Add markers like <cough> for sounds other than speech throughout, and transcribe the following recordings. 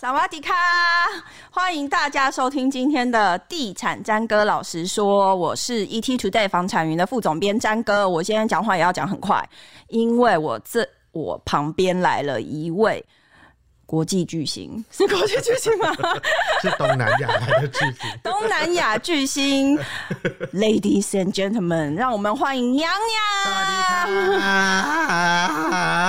萨瓦迪卡！欢迎大家收听今天的《地产詹哥老实说》，我是 ET Today 房产云的副总编詹哥。我今天讲话也要讲很快，因为我这我旁边来了一位国际巨星，是国际巨星 <laughs> 吗？。是东南亚来的剧情东南亚巨星，Ladies and Gentlemen，让我们欢迎娘娘。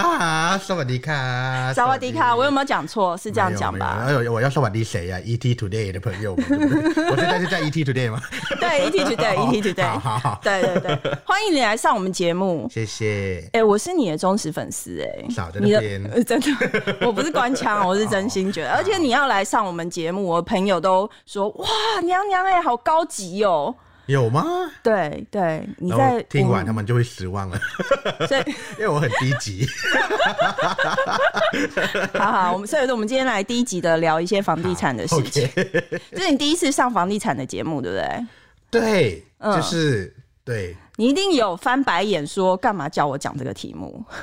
啊，สวัสดีค่ะ 萨瓦迪卡，我有没有讲错？是这样讲吧？哎呦，我要สวัสดี谁呀？ET Today 的朋友们，对不对我现在是在 ET Today 吗？对，ET，E Today，ET Today，好好好，对对对，欢迎你来上我们节目。谢谢。哎、我是你的忠实粉丝哎、少在你那的边哦呃真的， <laughs> 我不是官腔，哦我是真心觉得，而且你要来上我们节目，我朋友都说哇，娘娘哎、好高级哦、有吗？对对，你然后在听完他我们就会失望了，们，所以因为我很低级。好好，我们所以说我们今天来第一集的聊一些房地产的事情。这是你第一次上房地产的节目，对不对？对，嗯就是对，你一定有翻白眼说干嘛叫我讲这个题目？ <laughs>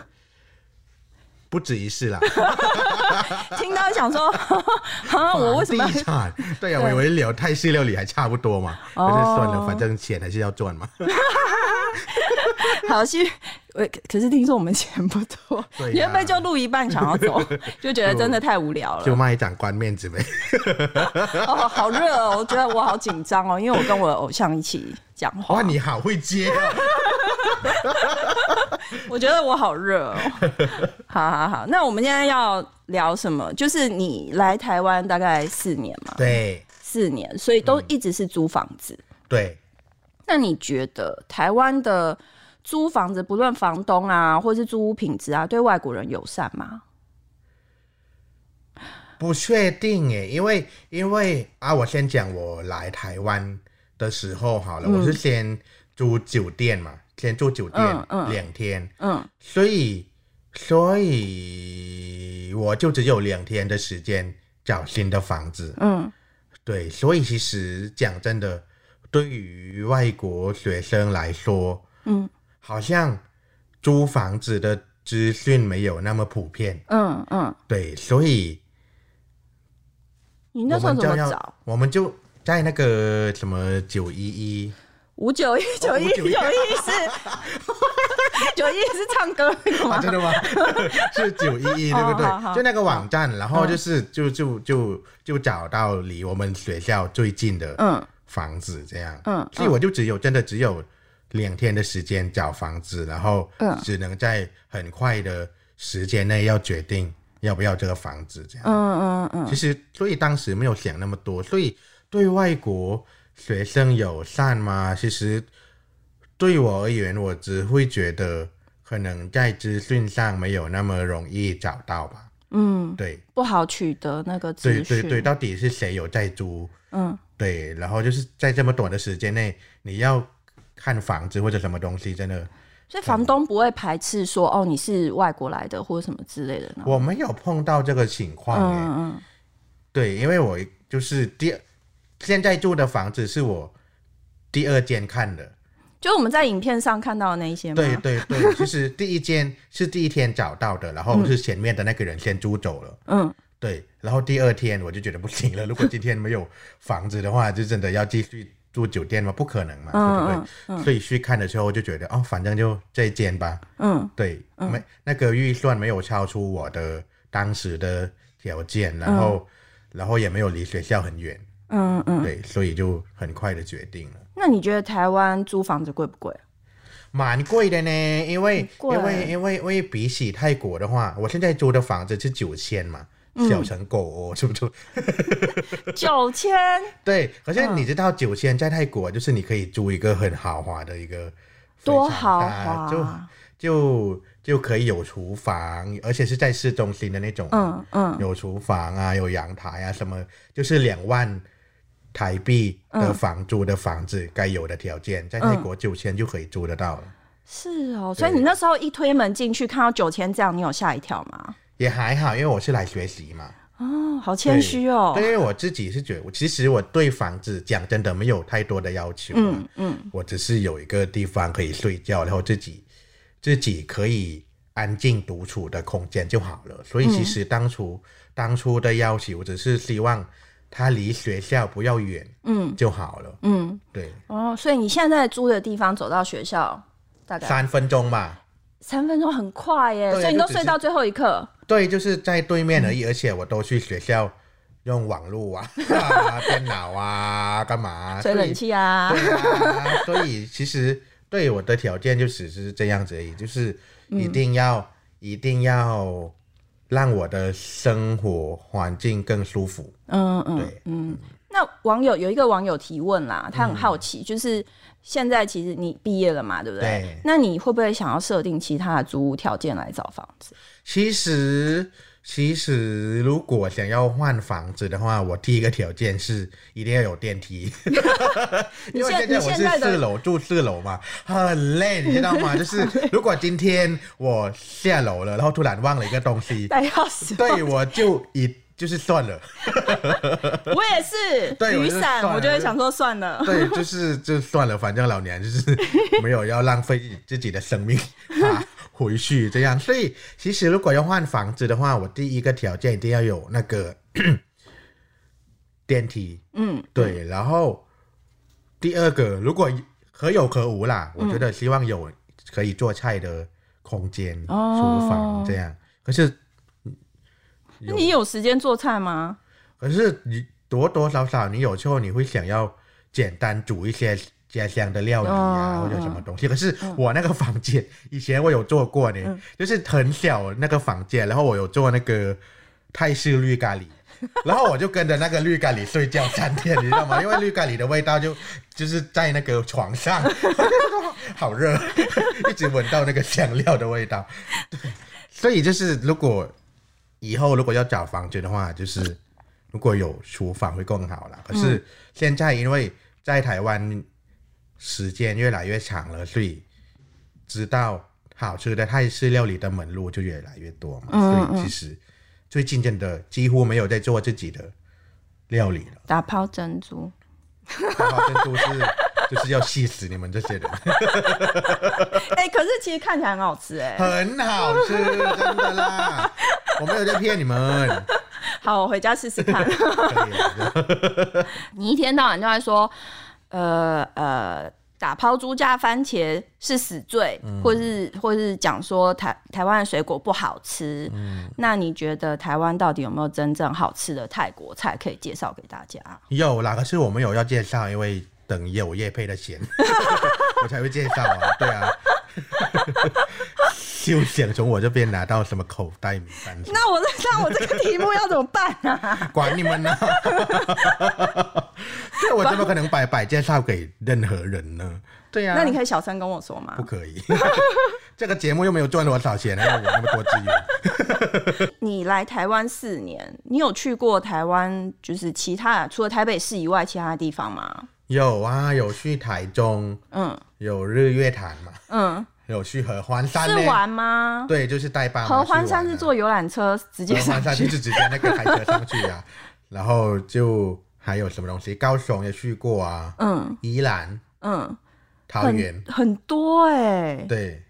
不止一事啦。听到想说， <laughs> 哈，我为什么要房地产？对呀、对我以为聊泰式料理还差不多嘛，哦但是算了，反正钱还是要赚嘛。好，是，呃，可可是听说我们钱不多，对呀原本就录一半想要 <laughs> 走，就觉得真的太无聊就了。卖长官面子呗。哦，好热哦，我觉得我好紧张哦，因为我跟我的偶像一起讲话，哇，你好会接、啊！我觉得我好热 <laughs> 哦。好好好，那我们现在要聊什么？就是你来台湾大概四年嘛， <laughs> 对四年，所以都一直是租房子。对，那你觉得台湾的租房子，不论房东啊，或是租屋品质啊，对外国人友善吗？不确定诶，因为因为啊，我先讲我来台湾的时候好了，我是先住酒店嘛，先住酒嗯店嗯两天，嗯，所以所以我就只有两天的时间找新的房子。嗯，对，所以其实讲真的，对于外国学生来说，嗯，好像租房子的资讯没有那么普遍。嗯嗯，对，所以你我那时候们怎就么要找？，我们就在那个什么九一一，哦五九一九一九一是九一是唱歌那个 <laughs> 啊，吗？真 <laughs> 的吗？是九一一，对不对好好？嗯就那个网站，然后就是就就就就找到离我们学校最近的嗯房子这样。嗯所以我就只有真的只有两天的时间找房子，然后嗯只能在很快的时间内要决定要不要这个房子这样。嗯嗯嗯其实所以当时没有想那么多，所以对外国学生友善吗？其实对我而言，我只会觉得可能在资讯上没有那么容易找到吧。嗯，对不好取得那个资对讯。对对，到底是谁有在租？嗯对，然后就是在这么短的时间内，你要看房子或者什么东西，真的所以房东不会排斥说哦你是外国来的或者什么之类的呢？我没有碰到这个情况耶、嗯嗯对，因为我就是第二现在住的房子是我第二间看的。嗯，就是我们在影片上看到的那一些吗？对对 <laughs> 对，就是第一间是第一天找到的，然后是前面的那个人先租走了。嗯对，然后第二天我就觉得不 <laughs> 行了，如果今天没有房子的话，就真的要继续住酒店吗？不可能嘛，对嗯不对？所以去看的时候就觉得，哦，反正就这间吧。嗯对，没那个预算没有超出我的当时的条件，然后、然后也没有离学校很远，嗯嗯嗯。对，所以就很快的决定了。那你觉得台湾租房子贵不 <laughs> 贵？蛮贵的呢，因为很贵因为因为因为比起泰国的话，我现在租的房子是九千嘛，嗯小成狗哦，是不 <laughs> 是？九千？对，可是你知道嗯九千在泰国就是你可以租一个很豪华的一个，多啊非常豪大华？就就就可以有厨房，而且是在市中心的那种，嗯嗯有厨房啊，有阳台啊，什么就是两万台币的嗯房租的房子该有的条件，在泰国九千就可以租得到了。是哦，所以你那时候一推门进去看到九千这样，你有吓一跳吗？也还好，因为我是来学习嘛。哦，好谦虚哦对，。因为我自己是觉得，我其实我对房子讲真的没有太多的要求，啊嗯嗯我只是有一个地方可以睡觉，然后自己自己可以安静独处的空间就好了。嗯所以其实当初、当初的要求只是希望它离学校不要远嗯就好了。嗯，对，哦，所以你现在租的地方走到学校大概三分钟吧。三分钟，很快耶，对啊所以你都就只是睡到最后一刻。对，就是在对面而嗯已，而且我都去学校用网络啊、 <laughs> 啊电脑啊、干嘛吹冷气啊所以，对啊，所以其实对我的条件就只是这样子而已，就是一定要、一定要让我的生活环境更舒服。嗯嗯对嗯。那网友有一个网友提问啦，他很好奇，就是现在其实你毕业了嘛，对不对？嗯对那你会不会想要设定其他的租屋条件来找房 <laughs> 子？其实，其实如果想要换房子的话，我第一个条件是一定要有电梯，因为现在我你是现在的四楼住四楼嘛，很累，你知道吗？就是如果今天我下楼了，然后突然忘了一个东西，带钥匙？对我就一就是算了， <laughs> 我也是对我雨就伞，算了我就会想说算 <laughs> 了。对，就是就算了，反正老娘就是没有要浪费自己自己的生命啊回去这样。所以其实如果要换房子的话，我第一个条件一定要有那个 <coughs> 电梯，嗯，对，然后第二个如果可有可无啦，我觉得希望有可以做菜的空间、哦厨房这样。可是那你有时间做菜吗？可是你多多少少，你有时候你会想要简单煮一些家乡的料理啊，嗯或者什么东西。可是我那个房间，以前我有做过呢，就是很小那个房间，然后我有做那个泰式绿咖喱。然后我就跟着那个绿咖喱睡觉三天，你知道吗？因为绿咖喱的味道就就是在那个床上，好热，一直闻到那个香料的味道。对，所以就是如果以后如果要找房子的话，就是如果有厨房会更好啦。嗯可是现在因为在台湾时间越来越长了，所以知道好吃的泰式料理的门路就越来越多嘛。嗯所以其实最近真的几乎没有在做自己的料理 <laughs> 了。打泡珍 <laughs> 珠，然后珍珠是就是要气死你们这些人，哎、可是其实看起来很好吃 <laughs> 哎、很好吃，真的啦。我没有在骗你们，好，我回家试试看。可以了你一天到晚就在说，呃呃，打抛猪加番茄是死罪，嗯或是或是讲说台台湾的水果不好吃。嗯那你觉得台湾到底有没有真正好吃的泰国菜可以介绍给大家？ <laughs> 有啦，可是我们有要介绍，因为等有叶配 <laughs> 的钱，我才会介绍啊。对啊， <laughs> 就想从我这边拿到什么口袋名单，那我 <laughs> 那我这个题目要怎么办 <laughs> 啊？管你 <laughs> 们呢、对我怎么可能白白介绍给任何人呢？对啊，那你可以小声跟我说吗不？可以？ <laughs> 这个节目又没有赚多少钱，还啊有我那么多资源。你来台湾四年，你有去过台湾就是其他除了台北市以外其他地方吗？有啊，有去台中，嗯有日月潭嘛，嗯，有去合欢山是呢。玩吗？对，就是带爸妈去玩啊。合欢山是坐游览车直接合上欢山去就。是直接那个开车上去 <laughs> 啊，然后就还有什么东西，高雄也去过啊，嗯宜兰、嗯，桃园很，很多哎、对，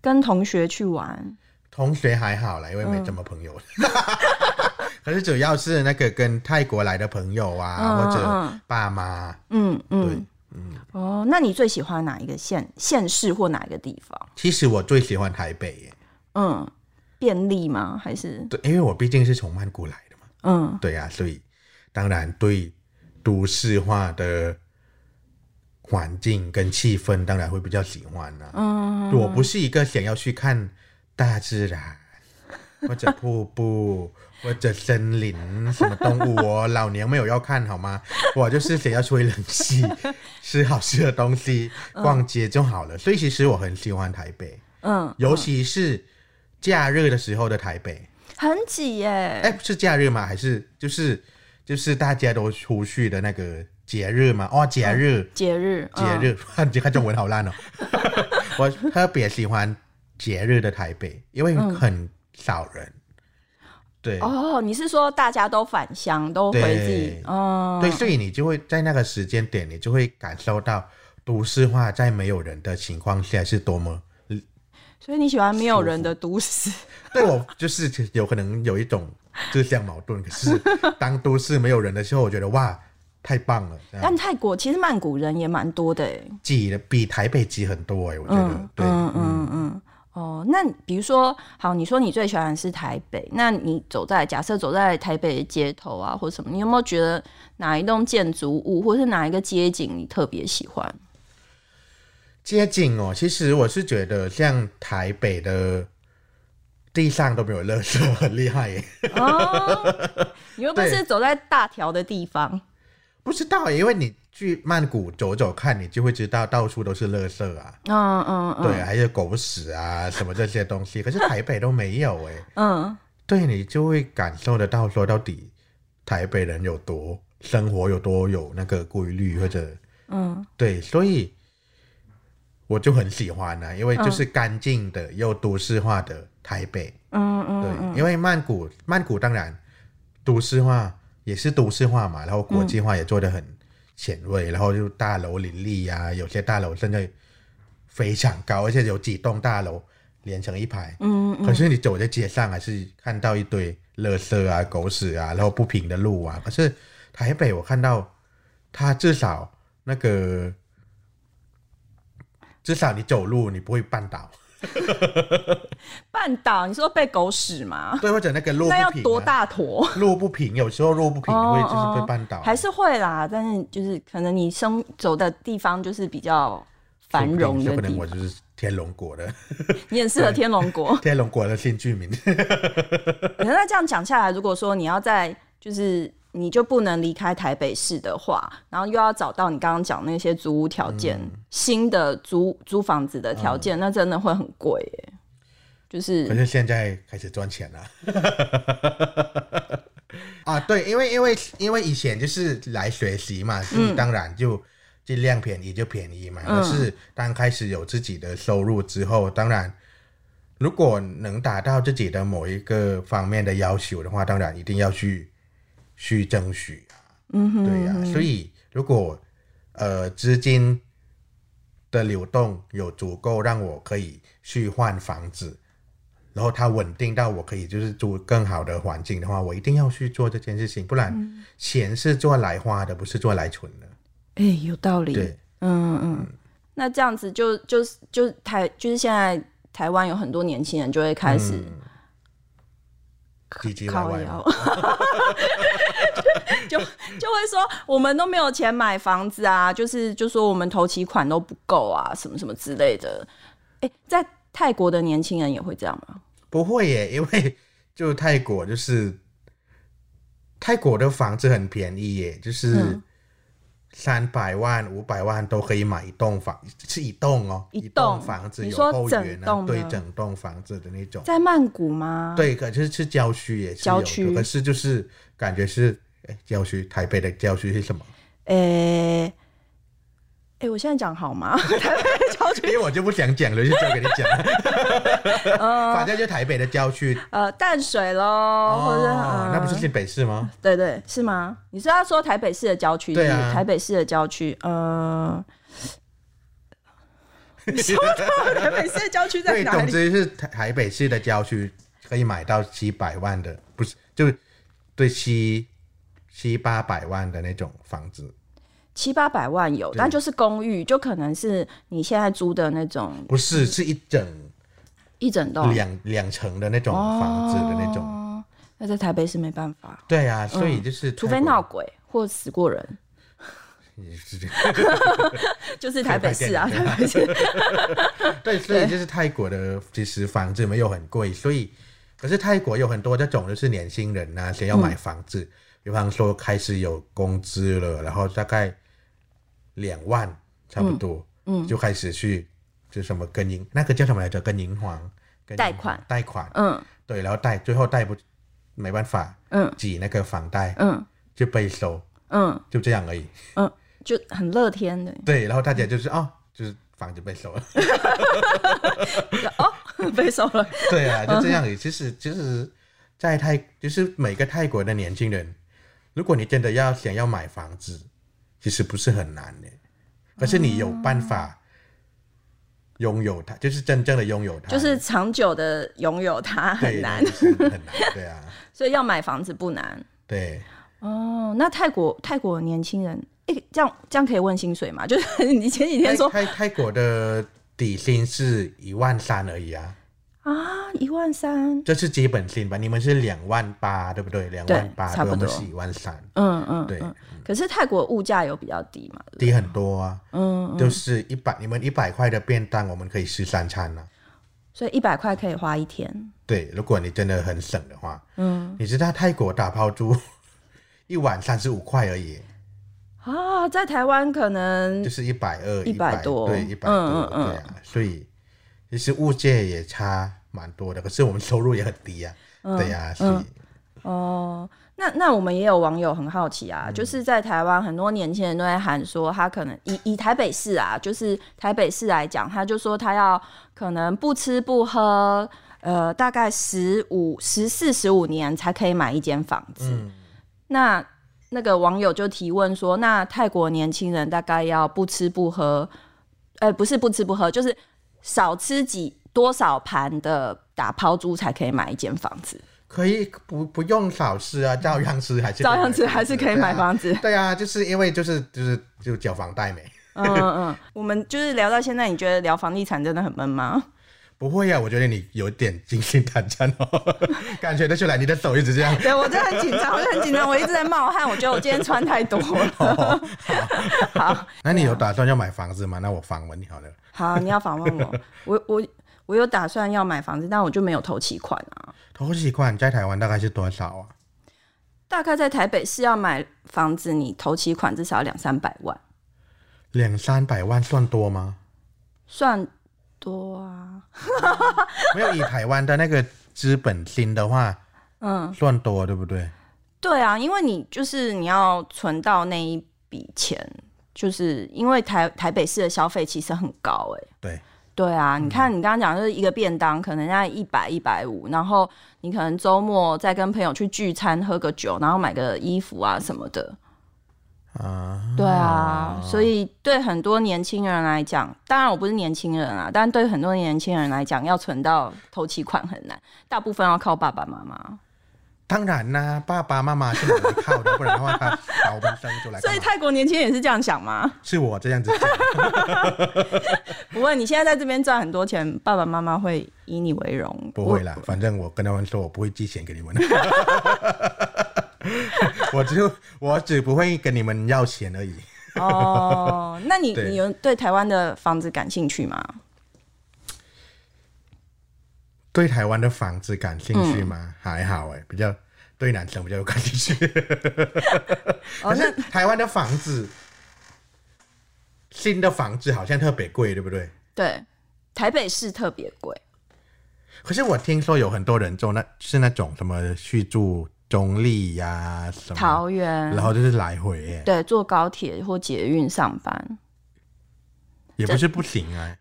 跟同学去玩，同学还好啦，因为没什么朋友。嗯 <laughs> 可是主要是那个跟泰国来的朋友啊，嗯或嗯者爸妈，嗯对嗯，，哦，那你最喜欢哪一个县县市或哪一个地方？其实我最喜欢台北耶，嗯，便利吗？还是对，因为我毕竟是从曼谷来的嘛。嗯对啊，所以当然对都市化的环境跟气氛，当然会比较喜欢啦、嗯我不是一个想要去看大自然或者瀑布或者森林什么动物哦，老娘没有要看好吗？我就是想要吹冷气，吃好吃的东西，逛街就好了。所以其实我很喜欢台北，嗯，尤其是假日的时候的台北。很挤耶、哎，是假日吗？还是就是就是大家都出去的那个节日吗？哦，节日，节日嗯节，日， <laughs> 你看中文好烂哦。我特别喜欢节日的台北，因为很少人。对、嗯哦，你是说大家都返乡，都回自己对，嗯，对，所以你就会在那个时间点，你就会感受到都市化在没有人的情况下是多么所以你喜欢没有人的都市？ <laughs> 对我就是有可能有一种自相矛盾。可是当都市没有人的时候，我觉得哇，太棒了，这样但泰国其实曼谷人也蛮多的、欸，挤的比台北挤很多哎、我觉得、嗯对，嗯嗯嗯。哦，那比如说，好，你说你最喜欢的是台北，那你走在假设走在台北的街头啊，或什么，你有没有觉得哪一栋建筑物，或是哪一个街景你特别喜欢？街景哦，其实我是觉得像台北的地上都没有垃圾，很厉害欸耶。哦，你又不对是走在大条的地方， <laughs> 不知道耶，欸因为你去曼谷走走看，你就会知道到处都是垃圾啊，嗯嗯嗯，对，还有狗屎啊什么这些东西。可是台北都没有哎，嗯，对你就会感受得到说到底台北人有多生活有多有那个规律或者嗯对，所以我就很喜欢啊，因为就是干净的、又都市化的台北。嗯对，嗯因为曼谷曼谷当然都市化也是都市化嘛，然后国际化也做得很前卫，嗯然后就大楼林立啊，有些大楼甚至非常高，而且有几栋大楼连成一排。嗯可嗯是你走在街上还是看到一堆垃圾啊、狗屎啊，然后不平的路啊。可是台北我看到，它至少那个，至少你走路你不会绊倒， <laughs> 嗯，半岛，你说被狗屎 <laughs> 吗？对，或者那个路不那平、要啊，多大坨？路不平，有时候路不平哦会就是被绊倒，还是会啦，但是就是可能你生走的地方就是比较繁说不定荣说的不定地我方，就是天龙国的 <laughs> 你很适合天龙国。天龙国的新居民，可是那这样讲下来，如果说你要在就是你就不能离开台北市的话，然后又要找到你刚刚讲那些租屋条件，嗯新的租租房子的条件，那真的会很贵耶。就可是是现在开始赚钱了。 <laughs> 啊，对，因为因为因为以前就是来学习嘛，所以当然就尽量便宜就便宜嗯嘛。可是当开始有自己的收入之后，当然如果能达到自己的某一个方面的要求的话，当然一定要去去争取啊。嗯哼，对呀、所以如果呃资金的流动有足够让我可以去换房子，然后它稳定到我可以就是住更好的环境的话，我一定要去做这件事情，不然钱是做来花的，不是做来存的。哎、有道理。对，嗯嗯，那这样子就就是就台就是现在台湾有很多年轻人就会开始嗯唧唧歪靠歪腰 <laughs> 嘛，，就就会说我们都没有钱买房子啊，就是就说我们头期款都不够啊，什么什么之类的。哎、在泰国的年轻人也会这样吗？不会耶，因为就泰国就是泰国的房子很便宜耶，就是嗯三百万、五百万都可以买一栋房，是一栋哦，一一栋房子你有说后整园啊栋，对的，整栋房子的那种。在曼谷吗？，对，可是是郊区也是郊有的区可是就是感觉是哎郊区，台北的郊区是什 <laughs> 么？哎、哎、我现在讲好吗？ <laughs> 郊因为我就不想讲了，就交给你讲。 <laughs> 反正就台北的郊区呃，淡水喽，哦或者、哦呃、，那不是新北市吗？对对，是吗？你是要说台北市的郊区？对啊是不是台北市的郊区， <laughs> 呃，你说到台北市的郊区在对，哪总里？之是台台北市的郊区可以买到七百万的，不是就对七七八百万的那种房子，七八百万有，但就是公寓，就可能是你现在租的那种不是是一整一整栋两两层的那种房子的那种。哦那在台北市没办法，对啊，所以就是嗯除泰非国闹鬼或死过 <laughs> 人，就是台北市啊，台开饭北 <laughs> 市。对，所以就是泰国的其实房子没有很贵，所以可是泰国有很多这种就是年轻人呐、想要买房子，比方说开始有工资了，然后大概两万差不多，嗯，就开始去就什么跟银那个叫什么来着？跟银行跟银行贷款贷款，嗯对，然后贷最后贷不没办法，嗯，挤那个房贷嗯就被收，嗯就这样而已。嗯，就很乐天的对，然后大家就是哦，就是房子被收了。哦， <laughs> 被收 <laughs> 了。对啊，就这样而已。其实，其实，在泰，就是每个泰国的年轻人，如果你真的要想要买房哦子，其实不是很难的，可是你有办法拥有它，就是真正的拥有它，就是长久的拥有它对很难那，就是很难，对啊，所以要买房子不难。对。哦，那泰国泰国年轻人，哎、这样这样可以问薪水吗？就是你前几天说泰泰泰国的底薪是一万三而已啊，啊，一万三，这是基本薪吧？你们是两万八，对不对？两万八，差对，不我们多是一万三，嗯嗯，对，嗯。可是泰国物价有比较低嘛？低很多啊。嗯，就是一百，你们一百块的便当，我们可以吃三餐啊。所以一百块可以花一天。对，如果你真的很省的话，嗯你知道泰国打抛猪 <laughs> 一碗三十五块而已，啊，在台湾可能就是一百二、 100多对，一百嗯多嗯，嗯对啊。所以其实物价也差蛮多的，可是我们收入也很低啊，嗯对呀，所以哦，那那我们也有网友很好奇啊，就是在台湾很多年轻人都在喊说，他可能以以台北市啊，就是台北市来讲，他就说他要可能不吃不喝，呃，大概十五、十四、十五年才可以买一间房子。嗯。那那个网友就提问说，那泰国年轻人大概要不吃不喝，呃，不是不吃不喝，就是少吃几多少盘的打抛猪才可以买一间房子？可以不不用少吃啊，照样吃还是可以照样买吃还是可以买房子。对啊。对啊，就是因为就是就是就缴房贷没。嗯嗯，我们就是聊到现在，你觉得聊房地产真的很闷吗？不会啊，我觉得你有点精心坦战哦， <laughs> 感觉得出来你的手一直这 <laughs> 样。 <laughs> 对我真的很紧张，我真的很紧张，我一直在冒汗。我觉得我今天穿太多哦了。好 <laughs> 那你有打算要买房子吗？那我访问你好了。好，你要访问 <laughs> 我，我我我有打算要买房子，但我就没有投期款啊。投期款在台湾大概是多少啊？大概在台北市要买房子，你投期款至少要两三百万，两三百万算 <laughs> 多吗？算多啊。没有，以台湾的那个资本金的话，嗯，算多对不对？对啊，因为你就是你要存到那一笔钱，就是因为台台北市的消费其实很高哎、对，对啊，嗯你看你刚刚讲就是一个便当，可能要一百一百五，然后你可能周末再跟朋友去聚餐，喝个酒，然后买个衣服啊什么的。啊，对啊，所以对很多年轻人来讲，当然我不是年轻人啊，但对很多年轻人来讲，要存到头期款很难，大部分要靠爸爸妈妈。当然啦、爸爸妈妈是我来靠的，不然的话他把我们生出来所干以嘛。泰国年轻人也是这样想吗？是我这样子讲。 <laughs> 不问你现在在这边赚很多钱，爸爸妈妈会以你为荣？不会啦，反正我跟他们说，我不会寄钱给你们。 <laughs> 我只我只不会跟你们要钱而已。哦，那你对你有对台湾的房子感兴趣吗？对台湾的房子感兴趣嗯吗？还好哎、比较对男生比较有感兴趣。哦可是 <laughs> 台湾的房子，新的房子好像特别贵，对不对？对，台北市特别贵。可是我听说有很多人住那是那种什么去住中立呀、什么，桃园然，后就是来回、欸，对，坐高铁或捷运上班，也不是不行啊。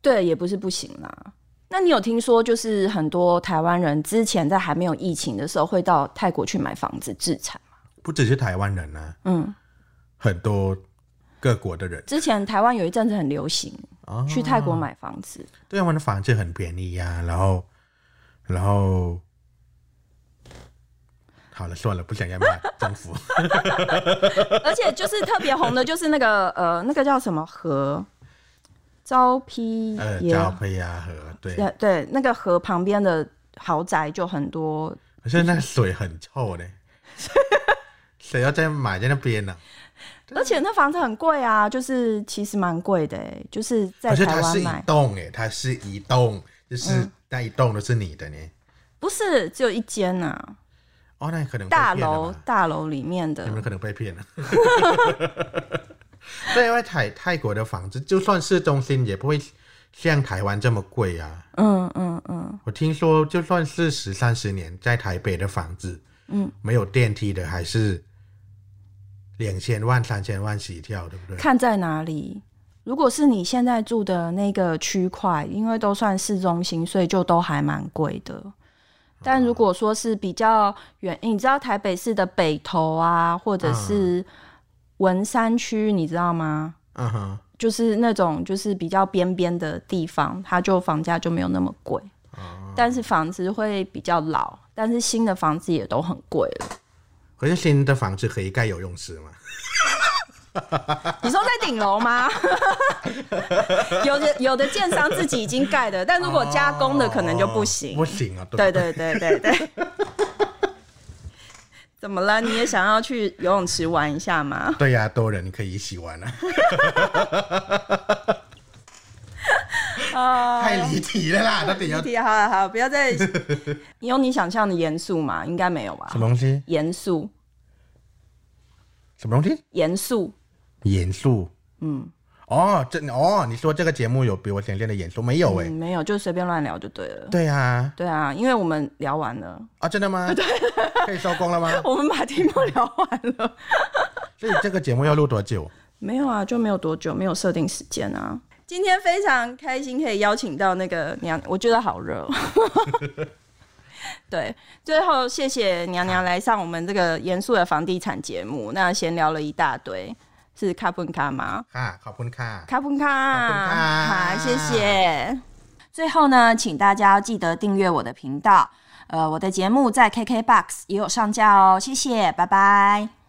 对，也不是不行啦。那你有听说，就是很多台湾人之前在还没有疫情的时候，会到泰国去买房子自产吗？不只是台湾人啊，嗯，很多各国的人。之前台湾有一阵子很流行哦去泰国买房子，对他们的房子很便宜呀、然后，然后，好了，算了，不想要 <laughs> 买政府。啊而且就是特别红的，就是那个呃，那个叫什么河，招批呃，也交配啊，和对，对对，那个河旁边的豪宅就很多可是那水很臭 <laughs> 呢，谁要再买在那边呢、而且那房子很贵啊，就是其实蛮贵的、欸，就是在可是台它湾是买嗯一，栋诶，它是一栋，就是那一栋都是你的呢。不是只有一间呐、啊，哦，那可能被大骗了楼吧大楼里面的你，们可能被骗啊了。 <laughs> 对，因为泰泰国的房子，就算市中心也不会像台湾这么贵啊。嗯嗯嗯，我听说，就算是十三十年在台北的房子，嗯，没有电梯的，还是两千万、三千万起跳，对不对？看在哪里？如果是你现在住的那个区块，因为都算市中心，所以就都还蛮贵的。但如果说是比较远，你知道台北市的嗯北投啊，或者是文山区，你知道吗？嗯哼，就是那种就是比较边边的地方，它就房价就没有那么贵，但是房子会比较老，但是新的房子也都很贵了。可是新的房子可以盖游泳池嘛？你说在顶楼吗？ <laughs> 有的有的建商自己已经盖的，但如果加工的可能就不行。哦不行啊，对对对对对对。 <laughs> 怎么了？你也想要去游泳池玩一下吗？对呀、多人可以一起玩 <laughs> 啊！啊 <laughs> 太离题了啦，到底要离题 <laughs> 好了好了，不要 <laughs> 再你有你想象的严肃吗？应该没有吧什？么东西？严肃，什么东西？严肃，严肃。嗯。哦，这哦，你说这个节目有比我想象的严肃没有哎、嗯，没有，就随便乱聊就对了。对啊，对啊，因为我们聊完了， <laughs> 啊，真的 <laughs> 吗？可以收工了吗？我们把题目聊完了。所以这个节目要录多久？ <laughs> 没有啊，就没有多久，没有设定时间啊。今天非常开心可以邀请到那个娘，我觉得好热。哦对，最后谢谢娘娘来上我们这个严肃的房地产节目，那闲聊了一大堆，是卡布卡吗？啊，ขอบคุณค่ะ 卡布卡卡，布卡好，谢谢。最后呢，请大家记得订阅我的频道，呃，我的节目在 KKBOX 也有上架哦，谢谢，拜拜。